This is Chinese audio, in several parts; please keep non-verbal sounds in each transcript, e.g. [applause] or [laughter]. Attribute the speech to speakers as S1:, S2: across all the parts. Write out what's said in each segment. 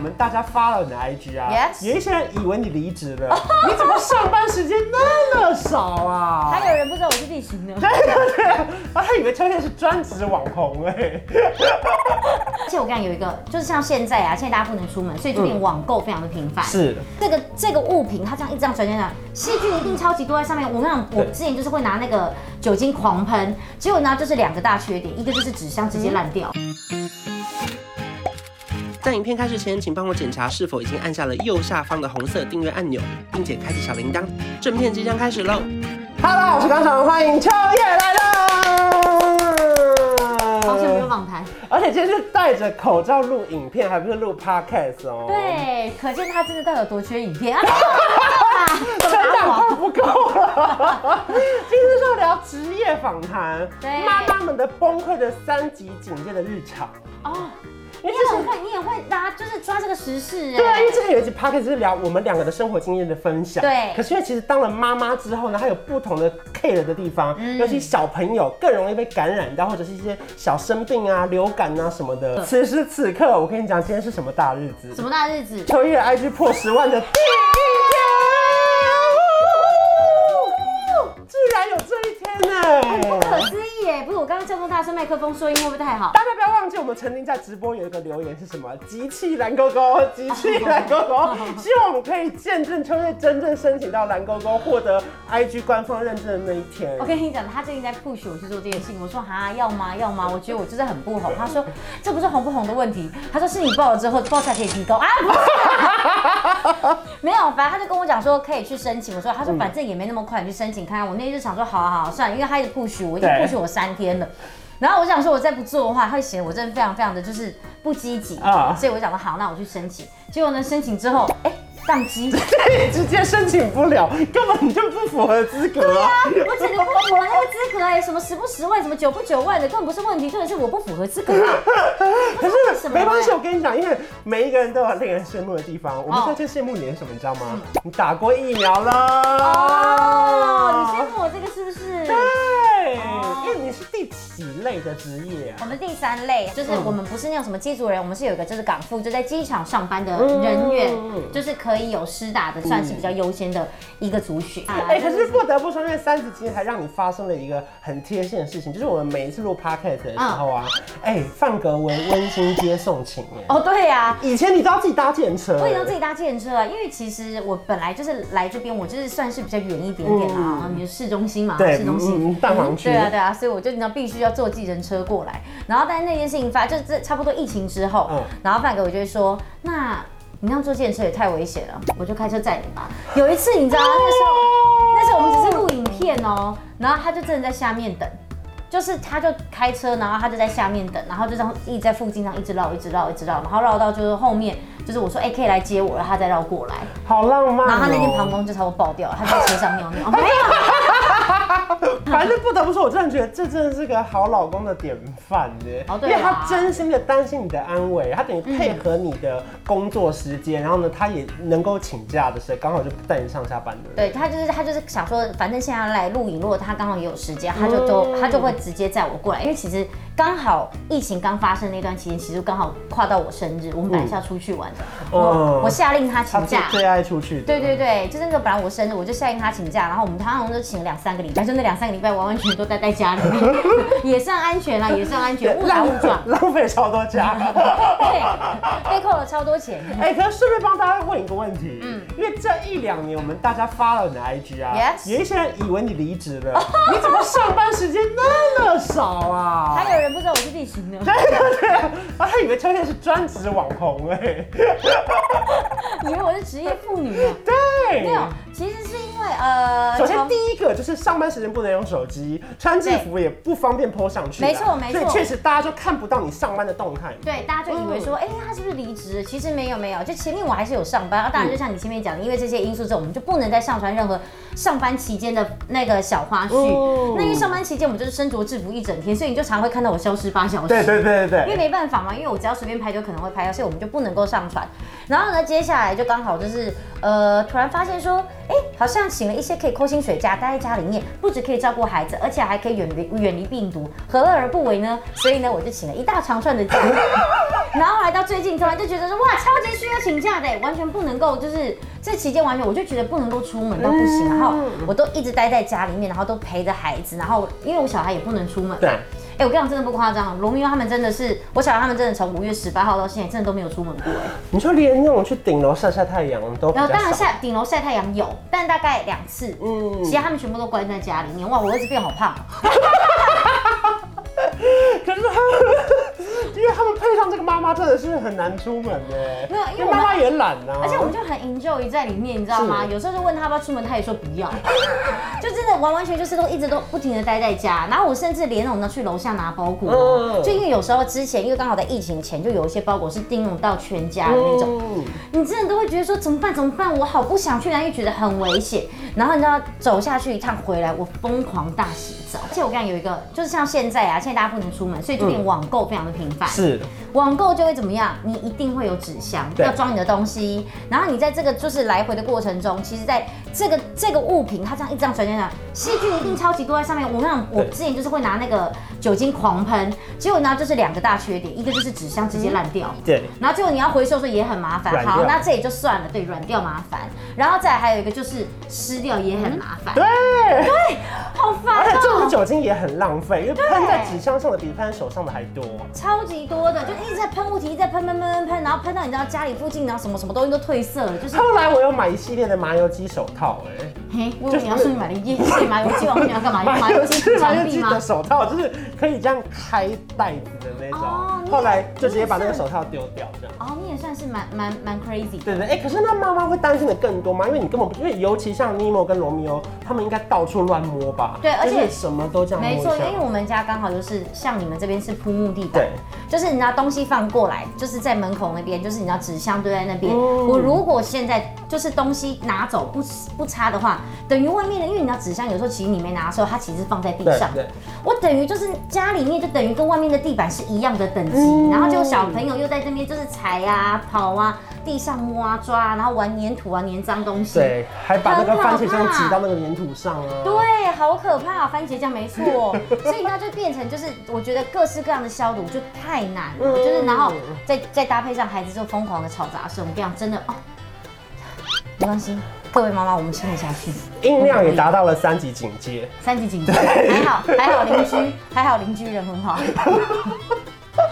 S1: 我们大家发了你的 IG 啊
S2: Yes
S1: 有一些人以为你离职了， [laughs] 你怎么上班时间那么少啊？ [laughs]
S2: 还有人不知道我是地形呢。
S1: 啊，他以为秋叶是专职网红哎、
S2: [laughs] 而且我跟你讲有一个，就是像现在啊，现在大家不能出门，所以就变网购非常的频繁。
S1: 是，
S2: 这个这个物品，它这样一直这样传传传，细菌一定超级多在上面。我跟你讲，我
S1: 对
S2: 之前就是会拿那个酒精狂喷，结果呢就是两个大缺点，一个就是纸箱直接烂掉，
S3: 在影片开始前，请帮我检查是否已经按下了右下方的红色订阅按钮，并且开启小铃铛。正片即将开始喽！
S1: [laughs] Hello，我是港厂，欢迎秋叶来啦！
S2: 好像没有访谈。
S1: 而且今天是戴着口罩录影片，还不是录 podcast 哦。，
S2: 对，可见它真的到底有多缺影 [laughs] 片啊！怎么
S1: 真
S2: 拿
S1: 的
S2: 我
S1: 快不够
S2: [laughs]
S1: 了。今天就是要聊职业访谈，
S2: 对
S1: 妈妈们的崩溃的三级警戒的日常。
S2: 哦，
S1: 因
S2: 你
S1: 为之
S2: 也
S1: 前
S2: 很会，你也会拉，就是抓这个时事哎。
S1: 对啊，因为之前有一集 p o d c a s t 是聊我们两个的生活经验的分享。
S2: 对
S1: 可是因为其实当了妈妈之后呢，她有不同的 care 的地方，
S2: 嗯
S1: 尤其小朋友更容易被感染到，或者是一些小生病啊、流感啊什么的。
S2: 嗯
S1: 此时此刻，我跟你讲，今天是什么大日子？
S2: 什么大日子？
S1: 秋月 IG 破十万的第一天，
S2: 哎
S1: 呜居然有这一天
S2: 不
S1: 呢、
S2: 可思议耶！不是我刚刚叫风大声，麦克风收音会不会太好？
S1: 大家不要忘记，我们曾经在直播有一个留言是什么？集气蓝勾勾，集气蓝勾
S2: [laughs]
S1: 勾。希望我们可以见证秋月真正申请到蓝勾勾，获得 IG 官方认证的那一天。
S2: 我跟你讲，他最近在 push 我去做这件事情。我说哈，要吗？要吗？我觉得我就是很不红。他说这不是红不红的问题，他说是你报了之后报才可以提高啊，不是啊 [laughs] 没有，反正他就跟我讲说可以去申请。我说他
S1: 嗯
S2: 说反正也没那么快，你去申请看看。我那天就想说好啊好啊算了，因为他一直 push 我，已经
S1: 对
S2: push 我三天了。然后我想说，我再不做的话，他会显得我真的非常非常的就是不积极
S1: 啊
S2: 所以我想说好，那我去申请。结果呢，申请之后，哎，宕机。
S1: 对，直接申请不了，根本就不符合资格啊！
S2: [laughs] 我整个不符合那个资格哎、什么十不十万，什么九不九万的，根本不是问题，重点是我不符合资格啊。
S1: [laughs] 可
S2: 为
S1: 是
S2: 什么
S1: 没关系，
S2: 呢
S1: 我跟你讲，因为每一个人都有令人羡慕的地方。我们
S2: 哦
S1: 在
S2: 嗯
S1: 这羡慕你的是什么，你知道吗？你打过疫苗
S2: 哦，你
S1: 了。
S2: 羡慕我这个是不是？
S1: [laughs] 对
S2: 哦，
S1: 因为你是第几类的职业啊
S2: 我？们第三类就是我们不是那种什么机组人，我们是有一个就是港妇，就在机场上班的人员，
S1: 嗯
S2: 就是可以有施打的，算是比较优先的一个族群。
S1: 哎、可是不得不说，因为三十集还让你发生了一个很贴心的事情，就是我们每一次录 podcast 的时候啊，
S2: 嗯
S1: 哎、范格为温馨接送情哎、
S2: 哦，对呀、啊。
S1: 以前你都要自己搭电车、
S2: 我也要自己搭自行车啊，因为其实我本来就是来这边，我就是算是比较远一点点啊，
S1: 嗯
S2: 你就市中心嘛，
S1: 对
S2: 市中心、
S1: 嗯嗯蛋黄区
S2: 对啊对啊，所以我就你知道必须要坐计程车过来。然后但是那件事情发，就是这差不多疫情之后，
S1: 嗯
S2: 然后范哥我就会说，那你那样坐计程车也太危险了，我就开车载你吧。有一次你知道那时
S1: 哦
S2: 候，那时候我们只是录影片哦，然后他就真的在下面等。就是他就开车，然后他就在下面等，然后就这样一直在附近这样一直绕，一直绕，一直绕，然后绕到就是后面，就是我说哎、可以来接我了，他再绕过来，
S1: 好浪漫、哦。
S2: 然后他那天膀胱就差不多爆掉了，他在车上尿尿， [laughs] 没有，
S1: 反正不得不说，我真的觉得这真的是个好老公的典范耶。
S2: 哦
S1: 因
S2: 对
S1: 为
S2: 啦
S1: 他真心的担心你的安危，他等于配合你的工作时间，然后呢，他也能够请假的时候，刚好就带你上下班的。
S2: 对他就是他就是想说，反正现在要来录影，如果他刚好也有时间，他就都、
S1: 嗯
S2: 他就会直接载我过来，因为其实刚好疫情刚发生那段期间，其实刚好跨到我生日，我们本来是要出去玩的，
S1: 嗯
S2: 我我下令他
S1: 他
S2: 请
S1: 最
S2: 假，
S1: 最爱出去的。，
S2: 对对对，就是那个本来我生日，我就下令他请假，然后我们他好像就请了两三个礼拜，就那两三个礼拜完完全全都待在家里面， [laughs] 也算安全啦，也算安全，误打误撞
S1: 浪费超多假。
S2: 对，被扣了超多钱。
S1: 哎、可是顺便帮大家问一个问题，嗯，因为这一两年我们大家发了你的 IG 啊
S2: Yes
S1: 有一些人以为你离职了， [laughs] 你怎么上班时间那么少啊？
S2: 还有人不知道我是地形呢，
S1: 对对对，啊， [laughs] 他以为秋叶是专职网红哎、
S2: [laughs] 以为我是职业妇女啊。
S1: 对，
S2: 没有，其实是因为呃，
S1: 首先
S2: 从
S1: 第一个就是上班时间不能用手机，穿制服也不方便 po 上去啦，
S2: 没错没错
S1: 所以确实大家就看不到你上班的动态。
S2: 对，大家就以为说，哎、他是不是离职了？其实没有没有，就前面我还是有上班。啊、当然，就像你前面讲的，因为这些因素之后，我们就不能再上传任何上班期间的那个小花絮。
S1: 哦
S2: 那因为上班期间我们就是身着制服一整天，所以你就常会看到我消失八小时。
S1: 对对对对
S2: 因
S1: 对，
S2: 为没办法嘛，因为我只要随便拍就可能会拍到，所以我们就不能够上传。然后呢，接下来就刚好就是呃，突然发现说，哎，好像请了一些可以扣薪水假，待在家里面，不止可以照顾孩子，而且还可以远离远离病毒，何乐而不为呢？所以呢，我就请了一大长串的
S1: [laughs]
S2: 假。然后来到最近，突然就觉得说，哇，超级需要请假的，完全不能够，就是这期间完全我就觉得不能够出门到不行，然后我都一直待在家里面，然后都陪着孩子，然后因为我小孩也不能出门，
S1: 对，
S2: 哎、我跟你讲，真的不夸张，罗密欧他们真的是，我小孩他们真的从五月十八号到现在，真的都没有出门过。哎
S1: 你说连那种去顶楼晒晒太阳都哦比
S2: 然
S1: 较
S2: 后当然
S1: 少，
S2: 下顶楼晒太阳有，但大概两次，嗯，其他他们全部都关在家里面。哇，我儿子变好胖哦，
S1: 可是他 [laughs] 们，因为他们配上这个妈妈真的是很难出门的，
S2: 没有因为我们
S1: 妈妈也懒呐、啊，
S2: 而且我们就很 enjoy 在里面，你知道吗？
S1: 是
S2: 有时候就问他要不要出门，他也说不要， [laughs] 就真的完完全就是都一直都不停的待在家。然后我甚至连那种呢去楼下拿包裹哦，
S1: 嗯
S2: 就因为有时候之前因为刚好在疫情前就有一些包裹是订用到全家的那种，
S1: 嗯
S2: 你真的都会觉得说怎么办怎么办，我好不想去，然后又觉得很危险，然后你知道走下去一趟回来，我疯狂大洗澡。而且我跟你讲有一个，就是像现在啊，现在大家不能出门，所以就变网购非常的频繁。
S1: 是
S2: 网购就会怎么样？你一定会有纸箱
S1: 对
S2: 要装你的东西，然后你在这个就是来回的过程中，其实在这个这个物品它这样一张传下来，细菌一定超级多在上面。我跟你讲，我
S1: 对
S2: 之前就是会拿那个酒精狂喷，结果呢就是两个大缺点，一个就是纸箱
S1: 嗯
S2: 直接烂掉。
S1: 对，
S2: 然后结果你要回收的时候也很麻烦，
S1: 软掉
S2: 好，那这也就算了，对，软掉麻烦。然后再来还有一个就是湿掉也很麻烦，
S1: 对，
S2: 好
S1: 而
S2: 烦
S1: 且这种
S2: 哦，
S1: 酒精也很浪费，因为
S2: 啊对
S1: 喷在纸箱上的比喷在手上的还多。
S2: 超级多的，就一直在喷雾体，一直在喷喷喷喷喷，然后喷到你知道家里附近，然后什么什么东西都褪色了，就是
S1: 后来我有买一系列的麻油鸡手套、
S2: 嘿，我以为你要说你买了一些麻油鸡，我问你要干嘛？
S1: 哎，
S2: 用麻
S1: [laughs]
S2: 油鸡涂
S1: 麻油
S2: 墙壁
S1: 鸡的
S2: 吗？
S1: 手套就是可以这样开袋子的那种，
S2: 哦你也
S1: 后来就直接把那个手套丢掉这样。
S2: 哦，你也算是蛮蛮蛮 crazy 的。
S1: 对对，哎、可是那妈妈会担心的更多吗？因为你根本不，因为尤其像尼莫跟罗密欧，他们应该到处乱摸吧？
S2: 对而且
S1: 就是什么都这样摸
S2: 没
S1: 一
S2: 错，因
S1: 下
S2: 为我们家刚好就是像你们这边是铺木地板
S1: 对，
S2: 就是你拿东西放过来，就是在门口那边，就是你拿纸箱堆在那边。
S1: 嗯
S2: 我如果现在就是东西拿走不不擦的话，等于外面的，因为你拿纸箱有时候其实你没拿的时候，它其实放在地
S1: 对
S2: 上，
S1: 对，
S2: 我等于就是家里面就等于跟外面的地板是一样的等级，
S1: 嗯
S2: 然后就小朋友又在这边就是踩啊、跑啊、地上摸啊、抓啊，然后玩粘土啊、粘脏东西。
S1: 对，还把那个
S2: 很可怕
S1: 番茄酱挤到那个粘土上啊。
S2: 对，好可怕、番茄酱
S1: [laughs]
S2: 没错，所以它就变成就是，我觉得各式各样的消毒就太难
S1: 嗯
S2: 了，就是然后再再搭配上孩子就疯狂的吵杂声，我跟你讲，真的哦，没关系，各位妈妈，我们撑得下去。
S1: 音量也达到了三级警戒。
S2: 三级警戒，还好还好邻居还好邻居人很
S1: [laughs]
S2: 好，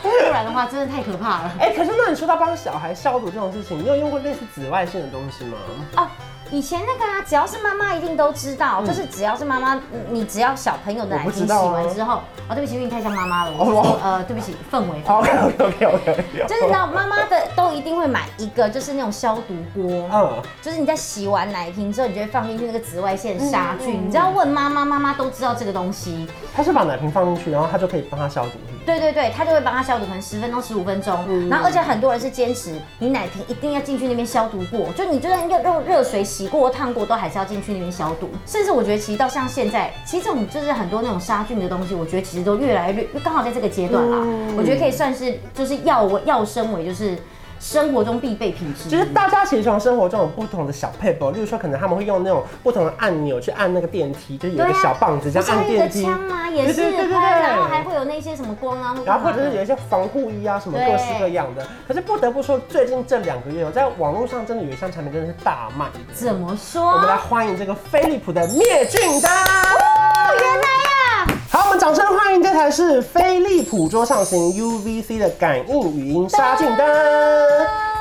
S2: 不然的话真的太可怕了。
S1: 哎、可是那你说到帮小孩消毒这种事情，你有用过类似紫外线的东西吗？
S2: 哦，以前那个啊，只要是妈妈一定都知道，就是只要是妈妈，嗯你只要小朋友的奶
S1: 嗯我不知
S2: 瓶洗
S1: 道啊
S2: 完之后，哦，对不起，因为你太像妈妈了，我
S1: 哦
S2: 是说
S1: 哦
S2: 呃，对不起，氛围。
S1: OK OK OK OK，
S2: 就是你知道，妈妈的都一定会买一个，就是那种消毒锅，
S1: 嗯，
S2: 就是你在洗完奶瓶之后，你就会放进去那个紫外线杀菌。
S1: 嗯
S2: 你只要问妈妈，妈妈都知道这个东西。
S1: 他是把奶瓶放进去，然后他就可以帮他消毒。是不是
S2: 对对对，他就会帮他消毒，可能十分钟、十五分钟。
S1: 嗯
S2: 然后，而且很多人是坚持，你奶瓶一定要进去那边消毒过，就你就算用用热水洗过、烫过，都还是要进去那边消毒。甚至我觉得，其实到像现在，其实这种就是很多那种杀菌的东西，我觉得其实都越来越，刚好在这个阶段啦，
S1: 嗯
S2: 我觉得可以算是就是药为药生为就是生活中必备品质。
S1: 就是大家其实从生活中有不同的小配包，例如说可能他们会用那种不同的按钮去按那个电梯，就是有一个小棒子这样
S2: 啊像
S1: 按
S2: 一个
S1: 电梯，
S2: 枪啊，也是
S1: 对对对对
S2: 拍，
S1: 对
S2: 然后还会有那些什么光
S1: 然
S2: 啊，
S1: 后或
S2: 干嘛
S1: 者
S2: 的
S1: 是有一些防护衣啊什么各式各样的。可是不得不说，最近这两个月，我哦在网络上真的有一项产品真的是大卖的。
S2: 怎么说？
S1: 我们来欢迎这个飞利浦的灭菌刀。
S2: 哦原来哎呀、
S1: 好，我们掌声欢迎这台是飞利浦桌上型 UVC 的感应语音杀菌灯。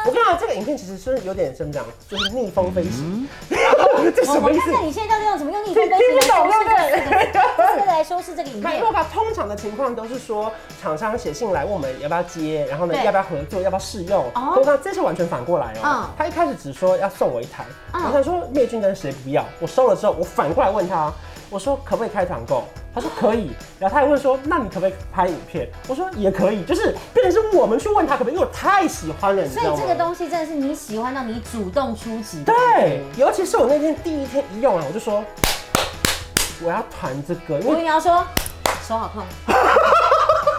S1: 我看到这个影片其实是有点怎么讲，就是逆风飞行，这什
S2: 我
S1: 么
S2: 我
S1: 意
S2: 看
S1: 思？
S2: 看你现在到底用什么用逆
S1: 听
S2: 风
S1: 听
S2: 飞行
S1: 不懂，对不
S2: 来修饰
S1: 对？
S2: 这个这个来修饰这个影
S1: 没
S2: 片
S1: 错。吧？通常的情况都是说，厂商写信来问我们要不要接，然后呢
S2: 对
S1: 要不要合作，要不要试用。
S2: 哦
S1: 通常这是完全反过来哦
S2: 嗯。
S1: 他一开始只说要送我一台，
S2: 嗯
S1: 我想说灭菌灯谁不要？我收了之后，我反过来问他，我说可不可以开团购？他说可以，然后他还问说，那你可不可以拍影片？我说也可以，就是变成是我们去问他可不可以，因为我太喜欢了，你知
S2: 所
S1: 道吗？
S2: 以这个东西真的是你喜欢到你主动出击。
S1: 对，尤其是我那天第一天一用啊，我就说我要团这个，因
S2: 我
S1: 为
S2: 跟你
S1: [laughs]
S2: 要说，手好痛。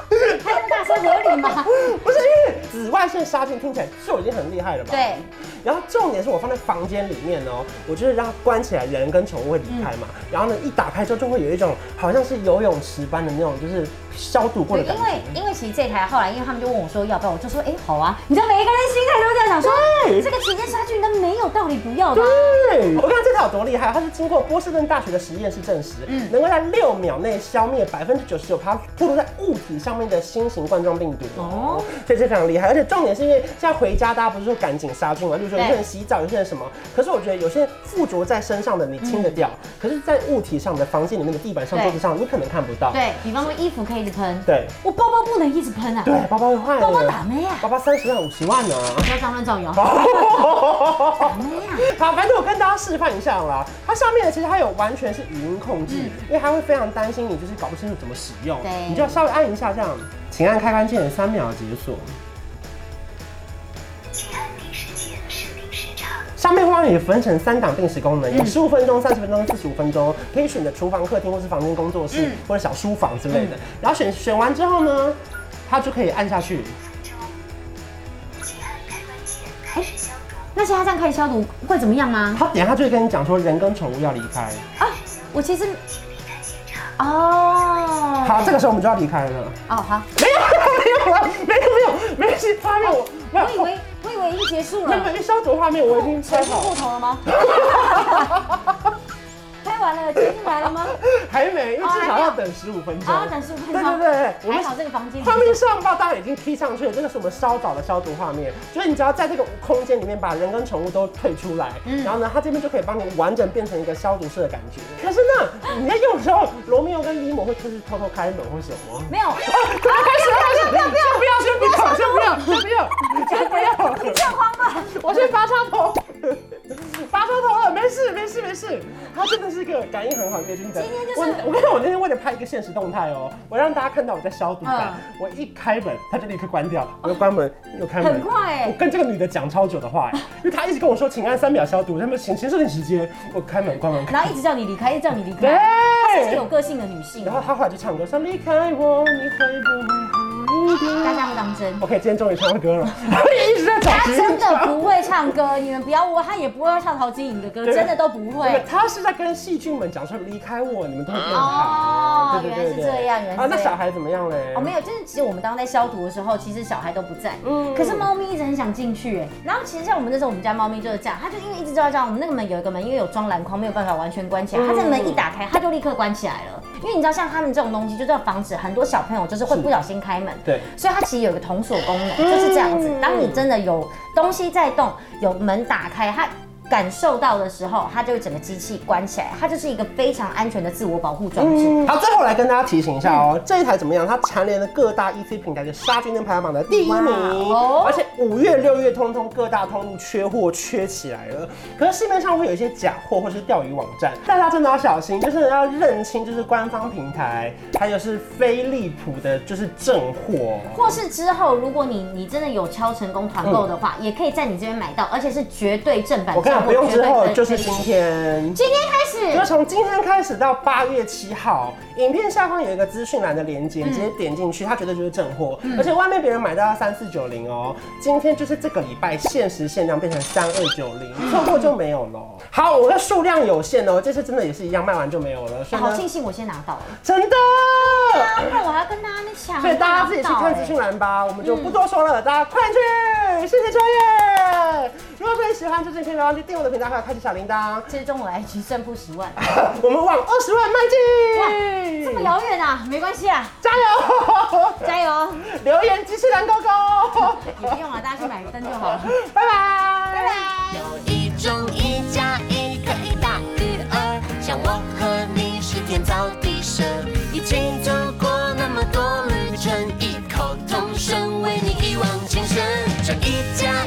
S2: 开那么大声合理吗？
S1: 不是因为紫外线杀菌听起来就已经很厉害了吧？
S2: 对，
S1: 然后重点是我放在房间里面哦，我就是让它关起来，人跟宠物会离开嘛。
S2: 嗯
S1: 然后呢，一打开之后就会有一种好像是游泳池般的那种，就是消毒过
S2: 对，
S1: 的感
S2: 因
S1: 觉。
S2: 为因为其实这台后来，因为他们就问我说要不要，我就说哎、好啊，你知道每一个人心态都在想说，哎
S1: 对
S2: 这个期间杀菌灯没有道理不要的啊，
S1: 对，嗯我跟你讲这套有多厉害，它是经过波士顿大学的实验室证实，
S2: 嗯
S1: 能够在六秒内消灭百分之九十九它暴露在物体上面的新型冠状病毒。
S2: 哦
S1: 哦，所以这非常厉害，而且重点是因为现在回家大家不是说赶紧杀菌嘛，例如说有
S2: 对
S1: 些人洗澡，有些人什么，可是我觉得有些人附着在身上的你清得掉，
S2: 嗯
S1: 可是，在物体上的房间里面的地板上、
S2: 对
S1: 桌子上，你可能看不到。
S2: 对比方说衣服可以一直喷，
S1: 对
S2: 我包包不能一直喷啊，
S1: 对，包包会坏
S2: 包包
S1: 了
S2: 打没啊，
S1: 包包三十万五十万
S2: [laughs]
S1: 呢、
S2: 不要脏乱造谣，打没啊，
S1: [laughs] 好，反正我跟大家示范一下啦。它上面呢，其实它有完全是语音控制，
S2: 嗯
S1: 因为它会非常担心你就是搞不清楚怎么使用
S2: 对，
S1: 你就稍微按一下这样，请按开关键，三秒解锁。
S4: 请按定时键设定时长。
S1: 上面会让你分成三档定时功能，
S2: 嗯
S1: 有十五分钟、三十分钟、四十五分钟，可以选择厨房、客厅或是房间工作室、
S2: 嗯
S1: 或者小书房之类的。然后选选完之后呢，它就可以按下去。
S4: 请按开关键开始消毒。
S2: 那现在这样可以消毒会怎么样吗？
S1: 它等一下它就会跟你讲说人跟宠物要离开。
S2: 啊，我其实
S4: 请离开现场。
S2: 哦，
S1: 好，这个时候我们就要离开了。 [laughs]
S2: 哦好，
S1: 没有，没有了，没有，没有，没事，发面我，没有
S2: 我以为我以为已经
S1: [laughs]
S2: 结束
S1: 那
S2: 了，
S1: 个消毒画面我已经拍
S2: 全部
S1: 好
S2: 过，头了 [laughs] 吗？拍完了，结束来 [laughs] 了吗？
S1: 还没，因为
S2: 哦
S1: 至少
S2: 还没有
S1: 要等十五分钟。
S2: 啊，等十五分
S1: 对
S2: 钟。
S1: 对对，我
S2: 还
S1: 们
S2: 好这个房间
S1: 画面上吧，大家已经 P 上去了，这个是我们稍早的消毒画面，所以你只要在这个空间里面把人跟宠物都退出来，
S2: 嗯
S1: 然后呢，它这边就可以帮你完整变成一个消毒室的感觉。可是呢，你在用的时候，罗密欧跟尼莫会就是偷偷开门或什么。
S2: 没有，
S1: 啊！开始了，开始了！不要不要，先不要，先不要，先不要，先不要！
S2: 你这慌吧？
S1: 我去拔插头，拔插头了，没事没事没事。他真的是一个感应很好的月经的。
S2: 今天就是
S1: 我我跟你讲，我那天为了拍一个现实动态哦，我让大家看到我在消毒感，我一开门他就立刻关掉，我又关门又开门，
S2: 很快欸
S1: 我跟这个女的讲超久的话欸，因为她一直跟我说请按三秒消毒，他们请先设定时间，我开门关门。
S2: 然后一直叫你离开，一直叫你离
S1: 对
S2: 开，她是一个有个性的女性
S1: 然，后她后来就唱歌说离开我，你会不会好一点？
S2: 大家会当 [laughs] 真。
S1: OK，今天终于唱到歌
S2: [laughs]
S1: 了，一直在找
S2: 她
S1: 寻
S2: 真的不会唱歌，你们不要我，她也不会唱陶晶莹的歌，
S1: 对
S2: 真的都不
S1: 对
S2: 会，。
S1: 他是在跟细菌们讲说离开我，你们都会变好。
S2: 哦，
S1: 对
S2: 原
S1: 对
S2: 来
S1: 对
S2: 是
S1: 对
S2: 这样，原
S1: 啊，
S2: 来
S1: 那
S2: 是这
S1: 小
S2: 样。
S1: 孩怎么样嘞？
S2: 哦，没有，就是其实我们当在消毒的时候，其实小孩都不在，
S1: 嗯
S2: 可是猫咪一直很想进去，哎然后其实像我们那时候，我们家猫咪就是这样，它就因为一直知道这样，我们那个门有一个门，因为有装篮筐，没有办法完全关起来，它这
S1: 嗯
S2: 门一打开，它就立刻关起来了。因为你知道，像他们这种东西，就是要防止很多小朋友就是会
S1: 是
S2: 不小心开门，
S1: 对嗯
S2: 所以它其实有一个童锁功能，就是这样子。当你真的有东西在动，有门打开，它。感受到的时候，它就会整个机器关起来，它就是一个非常安全的自我保护装置。
S1: 嗯好，最后来跟大家提醒一下
S2: 嗯
S1: 哦，这一台怎么样？它蝉联了各大 E EC 平台的杀菌灯排行榜的第一名
S2: 哇哦，
S1: 而且五月、六月通通各大通路缺货缺起来了。可是市面上会有一些假货或是钓鱼网站，大家真的要小心，就是要认清就是官方平台，还有是飞利浦的就是正货。
S2: 或是之后，如果你你真的有敲成功团购的话，也可以在你这边买到，而且是绝对正版
S1: 嗯我跟你
S2: 账
S1: 讲，
S2: 户，
S1: 不用
S2: 绝
S1: 之
S2: 对
S1: 后
S2: 的
S1: 就是
S2: 真
S1: 今天。
S2: 今天
S1: 就
S2: 开始，
S1: 从今天开始到八月七号，影片下方有一个资讯栏的连接，你直接点进去，它绝对就是正货，而且外面别人买到要三四九零哦，今天就是这个礼拜限时限量变成三二九零，错过就没有了。好，我的数量有限哦，这次真的也是一样，卖完就没有了，所以
S2: 哎好
S1: 呢
S2: 庆，幸我先拿到了，
S1: 真的。
S2: 啊不然我还要跟大家那哎抢，
S1: 所以大家自己去看资讯栏吧，我们就不多说了，嗯大家快去！谢谢穿越。如果说你喜欢这支影片，不要忘记订阅我的频道，还有开启小铃铛。
S2: 追踪我 IG 正负十万，
S1: [laughs] 我们往二十万
S2: 哇
S1: 迈进，
S2: 这么遥远啊，没关系啊，
S1: 加油！ [laughs]
S2: 加油，哦
S1: 留言支持蓝勾勾， [laughs]
S2: 也不用啊了，大家去买灯就好了，
S1: 拜拜，
S2: 拜。拜。
S5: 有一种一加一可以大于二，像我和你是天造地设，一起走过那么多旅程，异口同声为你一往情深。这一加